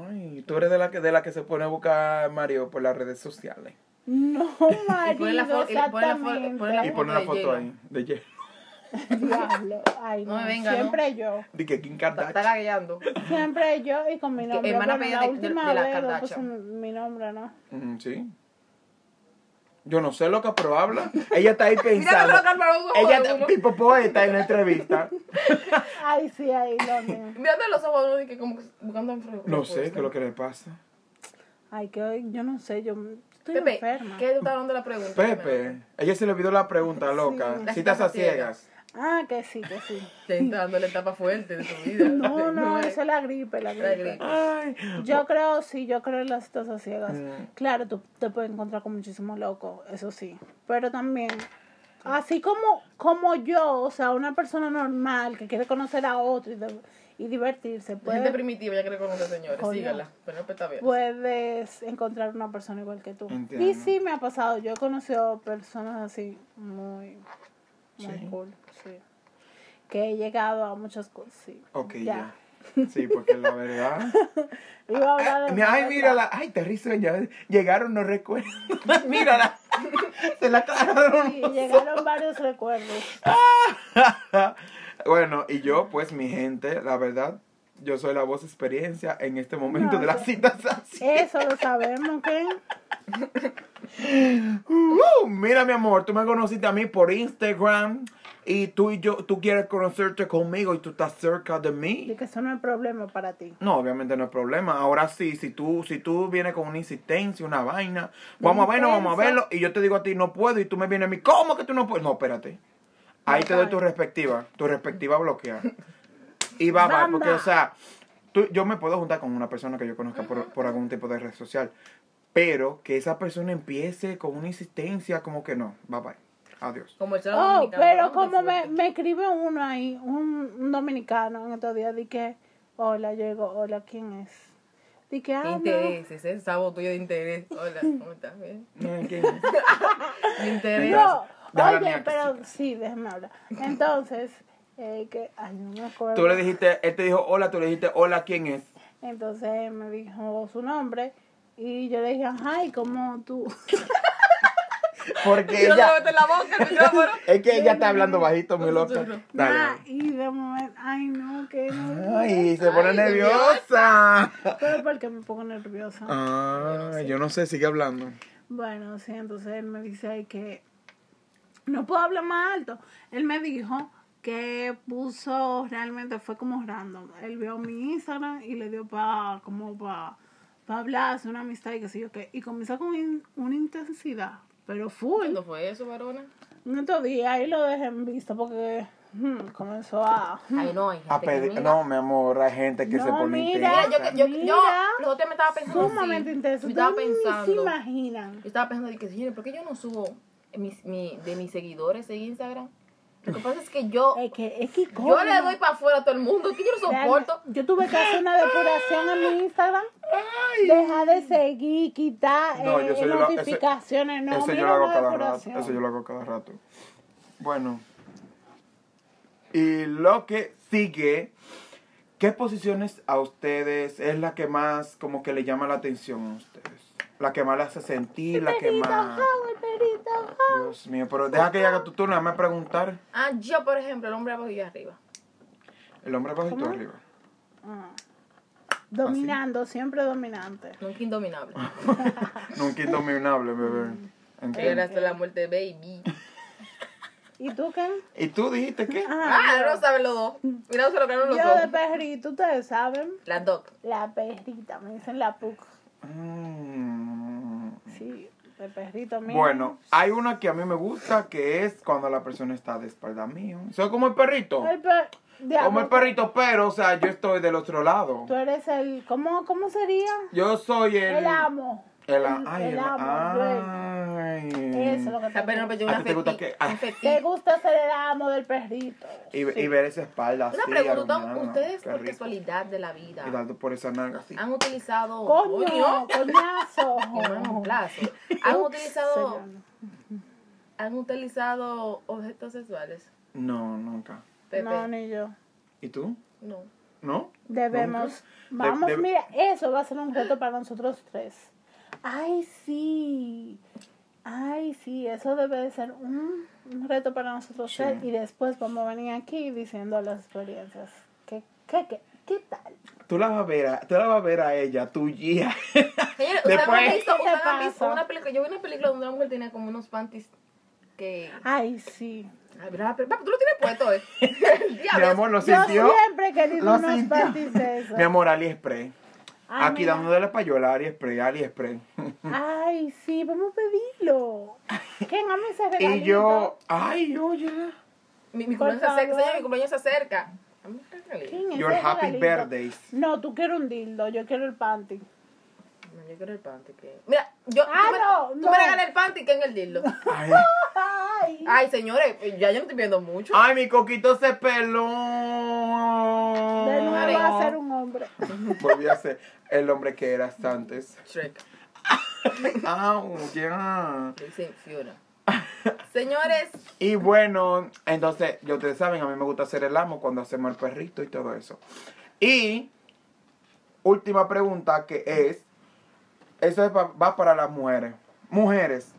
[SPEAKER 1] Ay, tú eres de la que de la que se pone a buscar Mario por las redes sociales.
[SPEAKER 2] No, marido,
[SPEAKER 3] pone la fo- y le pone la fo-
[SPEAKER 2] exactamente.
[SPEAKER 3] pone la
[SPEAKER 1] Y
[SPEAKER 3] foto
[SPEAKER 1] pone la
[SPEAKER 3] de
[SPEAKER 1] foto
[SPEAKER 3] J-Lo.
[SPEAKER 1] ahí de J.
[SPEAKER 2] Diablo. Ay,
[SPEAKER 3] No
[SPEAKER 2] no.
[SPEAKER 3] me venga, ¿no?
[SPEAKER 2] siempre yo.
[SPEAKER 1] De que Kim
[SPEAKER 3] Está, está
[SPEAKER 1] Kardashian.
[SPEAKER 3] gagueando.
[SPEAKER 2] Siempre yo y con mi
[SPEAKER 3] Es que
[SPEAKER 2] nombre.
[SPEAKER 3] hermana
[SPEAKER 2] bueno,
[SPEAKER 3] pequeña
[SPEAKER 2] la
[SPEAKER 3] de- de-
[SPEAKER 2] última
[SPEAKER 3] de la
[SPEAKER 2] vez no
[SPEAKER 3] Kardashian.
[SPEAKER 2] puse mi mi nombre, ¿no?
[SPEAKER 1] Mm, sí. Yo no sé lo que pero habla. Ella está ahí pensando.
[SPEAKER 3] Mira, los ojos
[SPEAKER 1] Ella
[SPEAKER 3] de
[SPEAKER 1] está
[SPEAKER 3] uno.
[SPEAKER 1] tipo poeta en la entrevista.
[SPEAKER 2] Ay, sí, ahí lo mío.
[SPEAKER 3] Mirando los ojos de uno y que como que buscando en frío.
[SPEAKER 1] No sé qué es lo que le pasa.
[SPEAKER 2] Ay, que hoy, yo no sé, yo estoy
[SPEAKER 3] Pepe,
[SPEAKER 2] enferma.
[SPEAKER 3] ¿qué tú estás hablando de la pregunta?
[SPEAKER 1] Pepe, ella se le olvidó la pregunta, loca.
[SPEAKER 3] Las
[SPEAKER 1] Citas a
[SPEAKER 3] citas
[SPEAKER 1] ciegas.
[SPEAKER 2] Ah, que sí, que sí.
[SPEAKER 3] Te está dando la etapa fuerte de tu vida.
[SPEAKER 2] No, no,
[SPEAKER 3] es
[SPEAKER 2] eso es la gripe, la
[SPEAKER 3] la
[SPEAKER 2] gripe.
[SPEAKER 3] gripe.
[SPEAKER 1] Ay.
[SPEAKER 2] Yo creo, sí, yo creo en las citas a ciegas.
[SPEAKER 1] Mm.
[SPEAKER 2] Claro, tú te puedes encontrar con muchísimos locos, eso sí. Pero también, así como, como yo, o sea, una persona normal que quiere conocer a otro y, de- y divertirse,
[SPEAKER 3] Pues Gente
[SPEAKER 2] puede,
[SPEAKER 3] primitiva, ya que le conoce, señores.
[SPEAKER 2] Eh. Coño.
[SPEAKER 3] Sígala. Pero no pues, está bien.
[SPEAKER 2] puedes encontrar una persona igual que tú.
[SPEAKER 1] Entiendo.
[SPEAKER 2] Y sí me ha pasado, yo he conocido personas así muy, muy
[SPEAKER 1] Sí.
[SPEAKER 2] cool, sí. Que he llegado a muchas cosas, sí.
[SPEAKER 1] Ok, ya. Sí, porque la verdad.
[SPEAKER 2] Iba a hablar de
[SPEAKER 1] Ah, Ay, ay,
[SPEAKER 2] otra.
[SPEAKER 1] mírala. Ay, te risueña. Llegaron, no recuerdo. mírala. Se la aclararon.
[SPEAKER 2] Sí, llegaron varios recuerdos.
[SPEAKER 1] bueno, y yo, pues, mi gente, la verdad, yo soy la voz experiencia en este momento
[SPEAKER 2] No, Eh.
[SPEAKER 1] de las
[SPEAKER 2] yo-
[SPEAKER 1] citas así.
[SPEAKER 2] Eso lo sabemos, ¿qué?
[SPEAKER 1] Uh, mira, mi amor, tú me conociste a mí por Instagram y tú y yo, tú quieres conocerte conmigo y tú estás cerca de
[SPEAKER 2] Y
[SPEAKER 1] mí.
[SPEAKER 2] que eso no es problema para ti.
[SPEAKER 1] No, obviamente no es problema. Ahora sí, si tú, si tú vienes con una insistencia, una vaina, vamos a verlo, vamos a
[SPEAKER 2] Intenso.
[SPEAKER 1] verlo. Y yo te digo a ti, no puedo, y tú me vienes a mí, ¿cómo que tú no puedes? No, espérate. Ahí te doy tu respectiva, tu respectiva bloqueada. Y va, va, porque, o sea, tú- yo me puedo juntar con una persona que yo conozca por, por algún tipo de red social, pero que esa persona empiece con una insistencia, como que no, bye bye, adiós.
[SPEAKER 3] Como el chavo
[SPEAKER 2] Oh,
[SPEAKER 3] dominicano,
[SPEAKER 2] pero
[SPEAKER 3] ¿no?
[SPEAKER 2] como me,
[SPEAKER 3] fuerte.
[SPEAKER 2] me escribe uno ahí, un, un dominicano en estos días, di que, hola, llego, hola, ¿quién es? Di que,
[SPEAKER 3] ¿Qué
[SPEAKER 2] ah, no.
[SPEAKER 3] intereses? ¿eh? Sabo tuyo de interés. Hola, ¿cómo estás? Bien.
[SPEAKER 1] Mm, ¿quién?
[SPEAKER 3] De interés.
[SPEAKER 2] No,
[SPEAKER 1] Déjala
[SPEAKER 2] oye,
[SPEAKER 1] mía, que
[SPEAKER 2] pero sí, déjame hablar. Entonces, eh, que, ay, no me acuerdo.
[SPEAKER 1] Tú le dijiste, él te dijo hola, tú le dijiste hola, ¿quién es?
[SPEAKER 2] Entonces me dijo su nombre y yo le dije, ay, ¿cómo tú?
[SPEAKER 1] Porque
[SPEAKER 3] Yo no
[SPEAKER 1] ella,
[SPEAKER 3] te meto en la boca el micrófono.
[SPEAKER 1] Es que ella está hablando bajito, mi loca.
[SPEAKER 2] Nah,
[SPEAKER 1] Dale.
[SPEAKER 2] Ah, y de momento, ay, no, que no.
[SPEAKER 1] Ay, se pone
[SPEAKER 3] Ay,
[SPEAKER 1] nerviosa.
[SPEAKER 2] Pero porque me pongo nerviosa.
[SPEAKER 1] Ah, yo no sé, sigue hablando.
[SPEAKER 2] Bueno, sí, entonces él me dice ahí que no puedo hablar más alto. Él me dijo que puso realmente fue como random. Él vio mi Instagram y le dio para como para hablar, hacer una amistad y qué sé yo qué. Y comenzó con in- una intensidad, pero full.
[SPEAKER 3] ¿Cuándo fue eso, varona?
[SPEAKER 2] En otro día ahí lo dejé en visto porque hmm, comenzó a
[SPEAKER 3] Ay, no, hay gente
[SPEAKER 1] A
[SPEAKER 3] que
[SPEAKER 1] pedir,
[SPEAKER 3] mira.
[SPEAKER 1] Ah, pues, no, mi amor, hay gente que
[SPEAKER 2] No,
[SPEAKER 1] se pone
[SPEAKER 2] mira.
[SPEAKER 3] Mira,
[SPEAKER 1] intensa.
[SPEAKER 3] Ah, yo, yo, yo,
[SPEAKER 2] Mira.
[SPEAKER 3] los otros me estaba pensando así.
[SPEAKER 2] sumamente intenso.
[SPEAKER 3] Yo estaba
[SPEAKER 2] Ustedes ni
[SPEAKER 3] pensando.
[SPEAKER 2] se
[SPEAKER 3] Yo
[SPEAKER 2] imaginan.
[SPEAKER 3] estaba pensando, de que, señores, ¿por qué yo no subo mis, mi, de mis seguidores en Instagram? Lo que pasa es que yo,
[SPEAKER 2] Es que, es que
[SPEAKER 3] yo le
[SPEAKER 2] coño.
[SPEAKER 3] doy para afuera a todo el mundo. Que yo no soporto.
[SPEAKER 2] Yo tuve que hacer una depuración en mi Instagram. Deja de seguir, quitar
[SPEAKER 1] No,
[SPEAKER 2] eh,
[SPEAKER 1] yo soy la- ese-
[SPEAKER 2] notificaciones. no,
[SPEAKER 1] Eso
[SPEAKER 2] mira
[SPEAKER 1] yo lo hago
[SPEAKER 2] una
[SPEAKER 1] cada rato.
[SPEAKER 2] depuración.
[SPEAKER 1] Eso yo lo hago cada rato. Bueno. Y lo que sigue, ¿qué posiciones a ustedes es la que más como que le llama la atención a ustedes? La que más le hace sentir, la que
[SPEAKER 2] Perito,
[SPEAKER 1] más...
[SPEAKER 2] Howard, perito, Howard.
[SPEAKER 1] Dios mío, pero deja que haga tu turno, déjame preguntar.
[SPEAKER 3] Ah, yo, por ejemplo, el hombre abajo y arriba.
[SPEAKER 1] El hombre abajo y tú
[SPEAKER 2] ¿Cómo?
[SPEAKER 1] arriba.
[SPEAKER 2] Ah. Dominando, siempre dominante.
[SPEAKER 3] Nunca indominable.
[SPEAKER 1] Ah, Nunca indominable, bebé.
[SPEAKER 3] Era
[SPEAKER 1] Entiendo.
[SPEAKER 3] hasta la muerte, baby.
[SPEAKER 2] ¿Y tú qué?
[SPEAKER 1] ¿Y tú dijiste qué?
[SPEAKER 3] Ah,
[SPEAKER 2] yo-
[SPEAKER 3] no saben los dos. Mira, no se lo crearon los
[SPEAKER 2] Yo de
[SPEAKER 3] dos.
[SPEAKER 2] perrito, ustedes saben.
[SPEAKER 3] Las dos.
[SPEAKER 2] La perrita, me dicen la puc.
[SPEAKER 1] Mm.
[SPEAKER 2] Sí, de perrito mío.
[SPEAKER 1] Bueno, hay una que a mí me gusta que es cuando la persona está de espalda mío. Soy como el perrito.
[SPEAKER 2] El per-
[SPEAKER 1] Como
[SPEAKER 2] diablo,
[SPEAKER 1] el perrito, pero, o sea, yo estoy del otro lado.
[SPEAKER 2] Tú eres el. ¿Cómo, cómo sería?
[SPEAKER 1] Yo soy el.
[SPEAKER 2] El amo.
[SPEAKER 1] El, a- ay,
[SPEAKER 2] el
[SPEAKER 1] el-
[SPEAKER 2] amo, el dueño.
[SPEAKER 1] ay.
[SPEAKER 2] Eso es lo que
[SPEAKER 3] Ah, pero no, pues,
[SPEAKER 2] te
[SPEAKER 3] pero yo una
[SPEAKER 1] ¿A ti te gusta
[SPEAKER 3] feti-
[SPEAKER 1] que-
[SPEAKER 3] un
[SPEAKER 1] ah.
[SPEAKER 3] fetiche.
[SPEAKER 2] Te gusta ser el amo del perrito.
[SPEAKER 1] Y, y ver esa espalda
[SPEAKER 3] Una
[SPEAKER 1] así,
[SPEAKER 3] pregunta,
[SPEAKER 1] arruinada,
[SPEAKER 3] ustedes
[SPEAKER 1] qué
[SPEAKER 3] por
[SPEAKER 1] rico.
[SPEAKER 3] casualidad de la vida
[SPEAKER 1] Y dando por esa nalga así.
[SPEAKER 3] han utilizado
[SPEAKER 2] Oh, Coño,
[SPEAKER 3] Coño,
[SPEAKER 2] coñazo.
[SPEAKER 3] hermano, plazo. han
[SPEAKER 2] Ups,
[SPEAKER 3] utilizado
[SPEAKER 2] señor.
[SPEAKER 3] han utilizado objetos sexuales.
[SPEAKER 1] No, nunca.
[SPEAKER 3] Pepe.
[SPEAKER 2] No,
[SPEAKER 3] No.
[SPEAKER 2] ni yo.
[SPEAKER 1] ¿Y tú? ¿No?
[SPEAKER 2] Debemos.
[SPEAKER 1] Nunca. De-
[SPEAKER 2] Vamos,
[SPEAKER 1] de-
[SPEAKER 2] mira, eso va a ser un reto para nosotros tres. Ay, sí. Ay, sí, eso debe de ser un, un reto para nosotros
[SPEAKER 1] Sí.
[SPEAKER 2] tres. Y después vamos a venir aquí diciendo las experiencias. ¿Qué, qué, qué, qué tal?
[SPEAKER 1] Tú la vas a ver a, tú la vas a, ver a ella, tu guía.
[SPEAKER 3] Señores, ustedes
[SPEAKER 1] Después-
[SPEAKER 3] han visto,
[SPEAKER 2] ¿Qué
[SPEAKER 3] ustedes
[SPEAKER 2] te
[SPEAKER 3] han visto
[SPEAKER 2] pasa?
[SPEAKER 3] una película, yo vi una película donde una mujer tenía como unos panties que
[SPEAKER 1] Ah.
[SPEAKER 2] Ay, sí.
[SPEAKER 3] Ay, mira, pero, papi, tú lo tienes puesto, eh.
[SPEAKER 1] Mi
[SPEAKER 3] Diablo.
[SPEAKER 1] amor, ¿lo
[SPEAKER 2] Yo
[SPEAKER 1] sintió?
[SPEAKER 2] siempre he querido
[SPEAKER 1] Lo
[SPEAKER 2] unos
[SPEAKER 1] sintió.
[SPEAKER 2] parties de eso.
[SPEAKER 1] Mi amor, AliExpress.
[SPEAKER 2] Ay,
[SPEAKER 1] Aquí
[SPEAKER 2] mira.
[SPEAKER 1] dándole la payola, AliExpress, AliExpress.
[SPEAKER 2] Ay, sí, vamos a pedirlo. ¿Quién ama ese regalito?
[SPEAKER 1] y yo, ay, oye.
[SPEAKER 3] mi, mi
[SPEAKER 2] Por
[SPEAKER 3] cumpleaños se acerca,
[SPEAKER 2] favor.
[SPEAKER 3] señor, mi cumpleaños se acerca. A mí me regale.
[SPEAKER 2] ¿Quién es
[SPEAKER 1] Your
[SPEAKER 2] ese
[SPEAKER 1] happy
[SPEAKER 2] regalito?
[SPEAKER 1] birthdays.
[SPEAKER 2] No, tú quieres un dildo, yo quiero el panty.
[SPEAKER 3] No, yo quiero el panty que. Mira, yo.
[SPEAKER 2] Ah,
[SPEAKER 3] tú me,
[SPEAKER 2] no,
[SPEAKER 3] tú
[SPEAKER 2] no.
[SPEAKER 3] me regalas el panty que en el dildo.
[SPEAKER 1] Ay,
[SPEAKER 2] Ay.
[SPEAKER 1] Ah,
[SPEAKER 3] Ay, señores, eh, ya yo no estoy viendo mucho.
[SPEAKER 1] ay, mi coquito se peló.
[SPEAKER 2] De nuevo
[SPEAKER 3] Ay.
[SPEAKER 2] va a ser un hombre.
[SPEAKER 1] Volví a ser el hombre que eras antes.
[SPEAKER 3] Shrek,
[SPEAKER 1] Au, ya.
[SPEAKER 3] le dicen Fiona. Señores,
[SPEAKER 1] Y bueno, entonces, ya ustedes saben, a mí me gusta hacer el amo cuando hacemos el perrito y todo eso. Y última pregunta que es, eso es pa- va para las mujeres. Mujeres,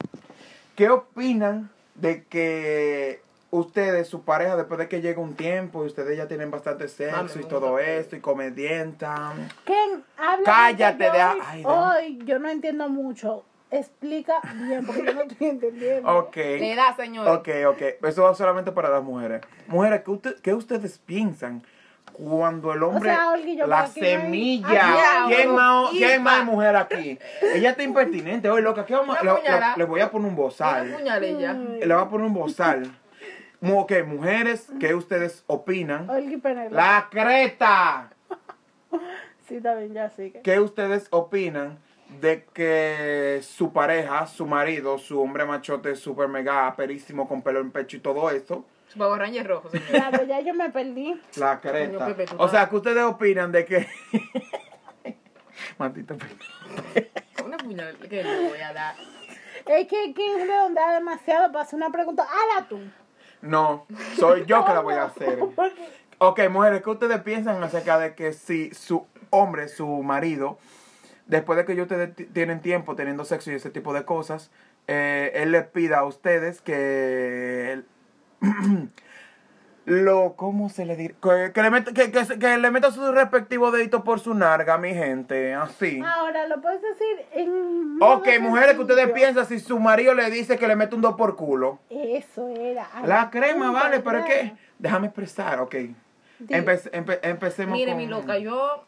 [SPEAKER 1] ¿qué opinan de que ustedes, su pareja, después de que llega un tiempo y ustedes ya tienen bastante sexo
[SPEAKER 3] Mami,
[SPEAKER 1] y
[SPEAKER 3] me
[SPEAKER 1] todo
[SPEAKER 3] gusta.
[SPEAKER 1] esto y comedientan?
[SPEAKER 2] ¿Quién habla?
[SPEAKER 1] Cállate,
[SPEAKER 2] de
[SPEAKER 1] deja-
[SPEAKER 2] hoy,
[SPEAKER 1] ay, deja.
[SPEAKER 2] hoy yo no entiendo mucho. Explica bien, porque yo no estoy entendiendo.
[SPEAKER 1] Ok.
[SPEAKER 3] le da, señores.
[SPEAKER 1] Ok, ok. Eso va solamente para las mujeres. Mujeres, ¿qué, usted- qué ustedes piensan cuando el hombre...
[SPEAKER 2] sea, Olga y yo,
[SPEAKER 1] la
[SPEAKER 2] pero aquí no hay-
[SPEAKER 1] semilla.
[SPEAKER 3] aquí hay
[SPEAKER 1] ¿Quién, más,
[SPEAKER 3] bronquita.
[SPEAKER 1] ¿Quién más mujer aquí? Ella está impertinente hoy, loca. ¿Qué vamos a-
[SPEAKER 3] Una
[SPEAKER 1] le-
[SPEAKER 3] puñalada.
[SPEAKER 1] le- le voy a poner un
[SPEAKER 3] Una
[SPEAKER 1] bozal.
[SPEAKER 3] puñalilla.
[SPEAKER 1] Le voy a poner un bozal. Mu- Ok, mujeres, ¿qué ustedes opinan?
[SPEAKER 2] Olga y Penélope.
[SPEAKER 1] La creta.
[SPEAKER 2] Sí, también, ya sigue.
[SPEAKER 1] ¿Qué ustedes opinan de que su pareja, su marido, su hombre machote, super mega aperísimo, con pelo en pecho y todo eso,
[SPEAKER 3] Su Power Ranger rojo, señores.
[SPEAKER 2] Claro, ya yo me perdí.
[SPEAKER 1] La
[SPEAKER 3] Coño,
[SPEAKER 1] creta.
[SPEAKER 3] Pepe, tú
[SPEAKER 1] o
[SPEAKER 3] estás-
[SPEAKER 1] sea, ¿qué ustedes opinan de que... Maldito Pepe.
[SPEAKER 3] Una puñalilla que le voy a dar.
[SPEAKER 2] Es que King redondea demasiado para hacer una pregunta. ¡Hala tú!
[SPEAKER 1] No, soy yo que la voy a hacer.
[SPEAKER 2] Porque-
[SPEAKER 1] Ok, mujeres, ¿qué ustedes piensan acerca de que si su hombre, su marido, después de que ellos ustedes ti- tienen tiempo teniendo sexo y ese tipo de cosas, eh, él les pida a ustedes que... él- Lo, ¿cómo se le diría? Que, que le meta, que, que se- que le meta su respectivo dedito por su narga, mi gente. Así.
[SPEAKER 2] Ahora, lo puedes decir en. modo
[SPEAKER 1] Ok, mujeres, que ustedes
[SPEAKER 2] sencillo.
[SPEAKER 1] piensan si su marido le dice que le mete un dos por culo?
[SPEAKER 2] Eso era. Ay,
[SPEAKER 1] La crema,
[SPEAKER 2] puta,
[SPEAKER 1] vale, pero es que.
[SPEAKER 2] claro.
[SPEAKER 1] Déjame expresar, ok.
[SPEAKER 2] Di.
[SPEAKER 1] Empe- empe- empecemos
[SPEAKER 3] Mire,
[SPEAKER 1] con-
[SPEAKER 3] mi loca, yo.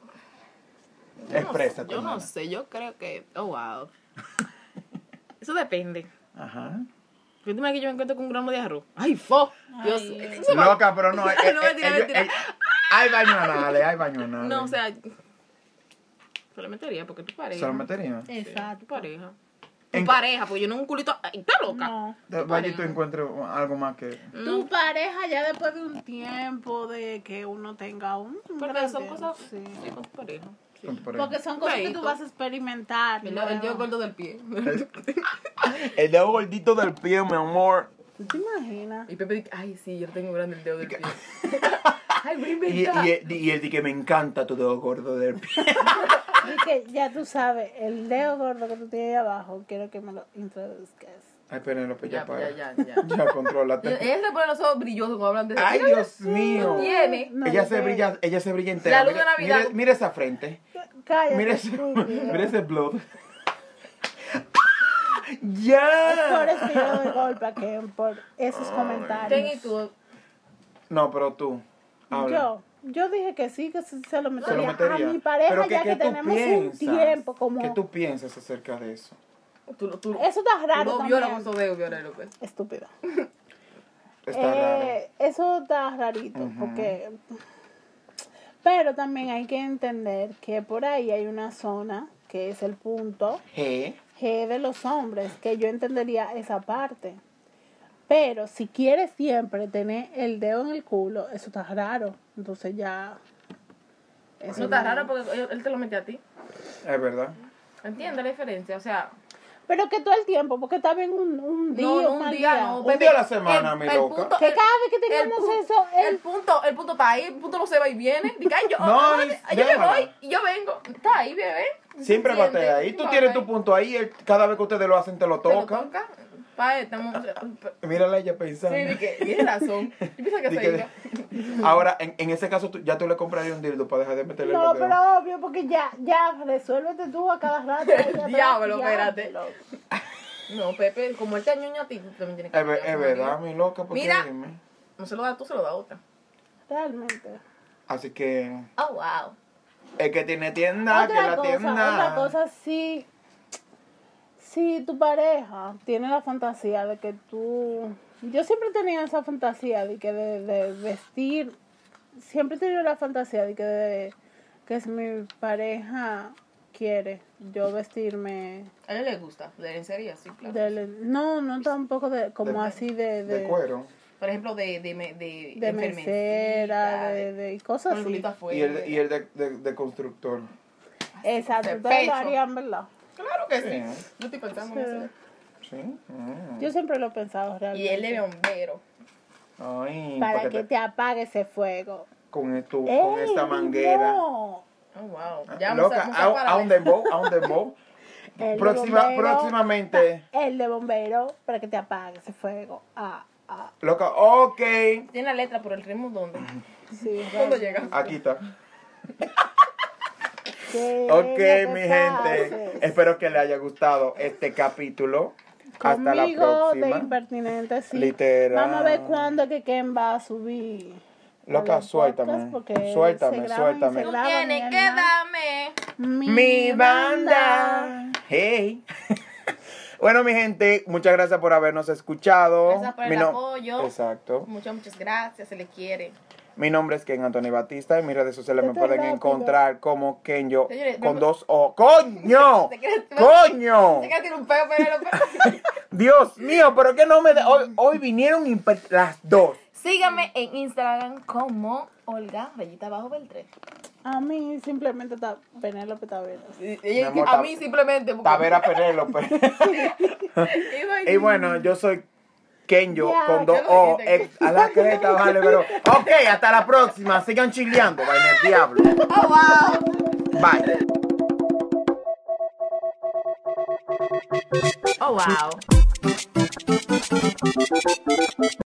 [SPEAKER 3] yo no-
[SPEAKER 1] Exprésate,
[SPEAKER 3] Yo no
[SPEAKER 1] mana.
[SPEAKER 3] sé, yo creo que. Oh, wow. Eso depende.
[SPEAKER 1] Ajá.
[SPEAKER 3] Yo que yo me encuentro con un gramo de arroz. ¡Ay, fo! Dios. eso va-
[SPEAKER 1] Loca, pero no. eh, eh,
[SPEAKER 3] No, mentira,
[SPEAKER 1] eh,
[SPEAKER 3] mentira.
[SPEAKER 1] eh, hay baño anales, hay baño anales.
[SPEAKER 3] No, o sea. Se lo metería porque tu pareja.
[SPEAKER 1] ¿Se lo metería?
[SPEAKER 3] Exacto. Tu pareja. Tu
[SPEAKER 1] En-
[SPEAKER 3] pareja, porque yo no un culito. Ay, está loca.
[SPEAKER 2] No.
[SPEAKER 1] Vaya y tú encuentres algo más que.
[SPEAKER 3] Mm.
[SPEAKER 2] Tu pareja ya después de un tiempo de que uno tenga un. un
[SPEAKER 3] Porque
[SPEAKER 2] gran
[SPEAKER 3] son
[SPEAKER 2] tiempo,
[SPEAKER 3] cosas.
[SPEAKER 2] sí.
[SPEAKER 3] Sí, con tu pareja. Sí.
[SPEAKER 1] con tu pareja.
[SPEAKER 2] Porque son cosas que tú
[SPEAKER 3] Feíto.
[SPEAKER 2] vas a experimentar.
[SPEAKER 3] El,
[SPEAKER 2] luego.
[SPEAKER 3] el dedo gordo del pie.
[SPEAKER 1] El dedo gordito del pie, mi amor.
[SPEAKER 2] ¿Tú te imaginas?
[SPEAKER 3] y Pepe dice, ay, sí, yo tengo grande el dedo del pie. ay, voy a
[SPEAKER 1] Y, eh,
[SPEAKER 3] inventar.
[SPEAKER 1] y- y el de que me encanta tu dedo gordo del pie.
[SPEAKER 2] Y que ya tú sabes, el dedo gordo que tú tienes ahí abajo, quiero que me lo introduzcas.
[SPEAKER 1] Ay, Penélope, ya,
[SPEAKER 3] ya, pues,
[SPEAKER 1] para.
[SPEAKER 3] ya, ya, ya. eh,
[SPEAKER 1] Ya, contrólate.
[SPEAKER 3] Ella se pone los ojos brillosos cuando hablan de eso.
[SPEAKER 1] Ay,
[SPEAKER 3] Mira,
[SPEAKER 1] Dios mío.
[SPEAKER 3] Tiene.
[SPEAKER 2] No,
[SPEAKER 1] ella
[SPEAKER 2] no
[SPEAKER 1] se
[SPEAKER 2] te-
[SPEAKER 1] brilla, ella se brilla entera.
[SPEAKER 3] La luz de
[SPEAKER 1] Mire-
[SPEAKER 3] Navidad.
[SPEAKER 1] Mire, mire esa frente.
[SPEAKER 2] Cállate.
[SPEAKER 1] Mire ese,
[SPEAKER 2] estúpido.
[SPEAKER 1] mire ese blood.
[SPEAKER 2] Es por
[SPEAKER 1] ¡Ya!
[SPEAKER 2] estilo de golpe que por esos
[SPEAKER 3] Ten y
[SPEAKER 2] comentarios.
[SPEAKER 3] tú.
[SPEAKER 1] No, pero tú. Habla.
[SPEAKER 2] Yo, yo dije que sí, que sí se lo
[SPEAKER 1] Se lo
[SPEAKER 2] metería,
[SPEAKER 1] metería.
[SPEAKER 2] a mi pareja
[SPEAKER 1] Pero
[SPEAKER 2] ya que
[SPEAKER 1] ¿qué tú
[SPEAKER 2] tenemos un
[SPEAKER 1] piensas?
[SPEAKER 2] tiempo como...
[SPEAKER 1] ¿Qué tú piensas acerca de eso?
[SPEAKER 3] Tú, tú, tú
[SPEAKER 2] Eso está raro
[SPEAKER 3] no
[SPEAKER 2] también.
[SPEAKER 3] violas con sobeo, Viola López.
[SPEAKER 2] Estúpido.
[SPEAKER 1] Está raro.
[SPEAKER 2] Eh, Eso está rarito, porque... Pero también hay que entender que por ahí hay una zona que es el punto
[SPEAKER 1] G.
[SPEAKER 2] G de los hombres, que yo entendería esa parte. Pero si quieres siempre tener el dedo en el culo, eso está raro. Entonces ya...
[SPEAKER 3] Eso está raro porque él- él te lo metió a ti.
[SPEAKER 1] Es verdad.
[SPEAKER 3] ¿Entiendes la diferencia? O sea,
[SPEAKER 2] Pero que todo el tiempo, porque está bien un, un día,
[SPEAKER 3] no, no, un
[SPEAKER 2] mal
[SPEAKER 3] día
[SPEAKER 2] día.
[SPEAKER 3] no.
[SPEAKER 1] Un día a la semana, mi loca.
[SPEAKER 2] Que cada vez que
[SPEAKER 3] el
[SPEAKER 2] tengamos
[SPEAKER 3] pu-
[SPEAKER 2] eso,
[SPEAKER 3] el,
[SPEAKER 2] el-
[SPEAKER 3] punto, el punto está ahí, el punto no se va y viene. Dice, ay, yo,
[SPEAKER 1] No,
[SPEAKER 3] ah,
[SPEAKER 1] y-
[SPEAKER 3] yo me
[SPEAKER 1] déjala.
[SPEAKER 3] voy y yo vengo. Está ahí, bebé.
[SPEAKER 1] Siempre
[SPEAKER 3] ¿Entiendes?
[SPEAKER 1] batea ahí. Tú
[SPEAKER 3] Batea
[SPEAKER 1] tienes
[SPEAKER 3] ahí.
[SPEAKER 1] tu punto ahí. él- cada vez que ustedes lo hacen, te lo
[SPEAKER 3] Te lo
[SPEAKER 1] toca.
[SPEAKER 3] toca. Pa, estamos.
[SPEAKER 1] Mírala ella
[SPEAKER 3] Sí,
[SPEAKER 1] pensando.
[SPEAKER 3] dije, tienes razón. Yo pienso que
[SPEAKER 1] Di
[SPEAKER 3] se
[SPEAKER 1] que-
[SPEAKER 3] iba.
[SPEAKER 1] Ahora, en, en ese caso, tú- ya tú le comprarías un dildo para dejar de meterle
[SPEAKER 2] No,
[SPEAKER 1] los dedos.
[SPEAKER 2] pero obvio, porque ya, ya, resuélvete tú a cada rato. Ya está,
[SPEAKER 3] Diablo,
[SPEAKER 2] ya,
[SPEAKER 3] espérate.
[SPEAKER 2] loco.
[SPEAKER 3] No, Pepe, como él te añuña a ti, tú también tienes que
[SPEAKER 1] Es, ver-
[SPEAKER 3] añuñar a
[SPEAKER 1] es
[SPEAKER 3] tu
[SPEAKER 1] verdad,
[SPEAKER 3] marido.
[SPEAKER 1] mi loca, porque
[SPEAKER 3] Mira.
[SPEAKER 1] dime.
[SPEAKER 3] No se lo da tú, se lo da a otra.
[SPEAKER 2] Realmente.
[SPEAKER 1] Así que,
[SPEAKER 3] Oh, wow.
[SPEAKER 1] el que tiene tienda, que la tienda.
[SPEAKER 2] otra cosa, si, si tu pareja tiene la fantasía de que tú... Yo siempre he tenido esa fantasía de que de, de vestir... Siempre he tenido la fantasía de que, de- que si mi pareja quiere yo vestirme...
[SPEAKER 3] A él le gusta, de lencería, sí, claro.
[SPEAKER 2] de- no, no tampoco de, como
[SPEAKER 1] De-
[SPEAKER 2] así de...
[SPEAKER 1] De cuero.
[SPEAKER 3] Por ejemplo, de, de, me- de,
[SPEAKER 2] de
[SPEAKER 3] enfermecita,
[SPEAKER 2] mesera, de, de- y cosas
[SPEAKER 3] con el
[SPEAKER 2] así.
[SPEAKER 3] culito afuera.
[SPEAKER 1] Y el, y el de, de- de constructor.
[SPEAKER 2] Exacto,
[SPEAKER 3] de
[SPEAKER 2] ustedes lo
[SPEAKER 3] pecho.
[SPEAKER 2] harían, ¿verdad?
[SPEAKER 3] Claro que sí.
[SPEAKER 1] Sí.
[SPEAKER 3] Yo estoy pensando en
[SPEAKER 2] Sí.
[SPEAKER 3] eso.
[SPEAKER 1] ¿Sí? Mm.
[SPEAKER 2] Yo siempre lo he pensado
[SPEAKER 3] Y
[SPEAKER 2] realmente.
[SPEAKER 3] él de bombero.
[SPEAKER 1] Ay,
[SPEAKER 2] para
[SPEAKER 1] porque
[SPEAKER 2] que te apague ese fuego.
[SPEAKER 1] Con, esto, con
[SPEAKER 2] ¡Ey,
[SPEAKER 1] esta manguera.
[SPEAKER 2] no!
[SPEAKER 3] Oh, wow.
[SPEAKER 1] Ah,
[SPEAKER 3] vamos
[SPEAKER 1] Loca,
[SPEAKER 3] vamos
[SPEAKER 1] a,
[SPEAKER 3] parar
[SPEAKER 1] a un
[SPEAKER 3] de-
[SPEAKER 1] dembow, a un dembow.
[SPEAKER 2] El de
[SPEAKER 1] Próxima-
[SPEAKER 2] bombero,
[SPEAKER 1] próximamente.
[SPEAKER 2] pa- El de bombero para que te apague ese fuego. Ah, ah,
[SPEAKER 1] Loca, ok.
[SPEAKER 3] Tiene la letra, pero el ritmo, ¿dónde?
[SPEAKER 2] sí.
[SPEAKER 3] ¿Cuándo
[SPEAKER 2] realmente.
[SPEAKER 3] llega?
[SPEAKER 1] Aquí está.
[SPEAKER 2] Que
[SPEAKER 1] Ok,
[SPEAKER 2] venga,
[SPEAKER 1] mi
[SPEAKER 2] que
[SPEAKER 1] gente.
[SPEAKER 2] pases.
[SPEAKER 1] Espero que les haya gustado este capítulo. Hasta la
[SPEAKER 2] Conmigo de
[SPEAKER 1] próxima.
[SPEAKER 2] impertinente, sí.
[SPEAKER 1] Literal.
[SPEAKER 2] Vamos a ver cuándo que Ken va a subir.
[SPEAKER 1] Loca,
[SPEAKER 2] los podcasts,
[SPEAKER 1] suéltame,
[SPEAKER 2] porque él se
[SPEAKER 1] suéltame,
[SPEAKER 2] graba y
[SPEAKER 1] suéltame.
[SPEAKER 2] se
[SPEAKER 1] Tú
[SPEAKER 2] graba, mi alma.
[SPEAKER 3] darme.
[SPEAKER 2] Mi,
[SPEAKER 1] Mi
[SPEAKER 2] banda.
[SPEAKER 1] banda. Hey. Bueno, mi gente, muchas gracias por habernos escuchado.
[SPEAKER 3] Gracias por el
[SPEAKER 1] Mi no-
[SPEAKER 3] apoyo.
[SPEAKER 1] Exacto.
[SPEAKER 3] Muchas, muchas gracias. Se le quiere.
[SPEAKER 1] Mi nombre es Ken Anthony Batista. En mis redes sociales me
[SPEAKER 2] Vete
[SPEAKER 1] pueden
[SPEAKER 2] rápido.
[SPEAKER 1] encontrar como Kenyo
[SPEAKER 3] Señores,
[SPEAKER 1] con
[SPEAKER 3] me-
[SPEAKER 1] dos O. ¡Coño!
[SPEAKER 3] Te quieres-
[SPEAKER 1] ¡Coño!
[SPEAKER 3] Se que tiene un peo, pero
[SPEAKER 1] Dios mío, pero que no me da- hoy, hoy vinieron imper- las dos.
[SPEAKER 3] Síganme en Instagram como Olga Rayita Bajo Beltré.
[SPEAKER 2] A mí simplemente está Penélope Taveras.
[SPEAKER 1] Mi amor,
[SPEAKER 3] a
[SPEAKER 1] ta-
[SPEAKER 3] mí simplemente. porque-
[SPEAKER 1] Tavera Penélope.
[SPEAKER 3] Y bueno,
[SPEAKER 1] y bueno, yo soy Kenyo
[SPEAKER 2] Ya,
[SPEAKER 1] con dos
[SPEAKER 3] ya lo
[SPEAKER 1] O.
[SPEAKER 3] dijiste.
[SPEAKER 1] ex- a la creta, vale, pero. Ok, hasta la próxima. Sigan chileando, vaina el diablo.
[SPEAKER 3] oh, wow.
[SPEAKER 1] Bye.
[SPEAKER 3] Oh, wow.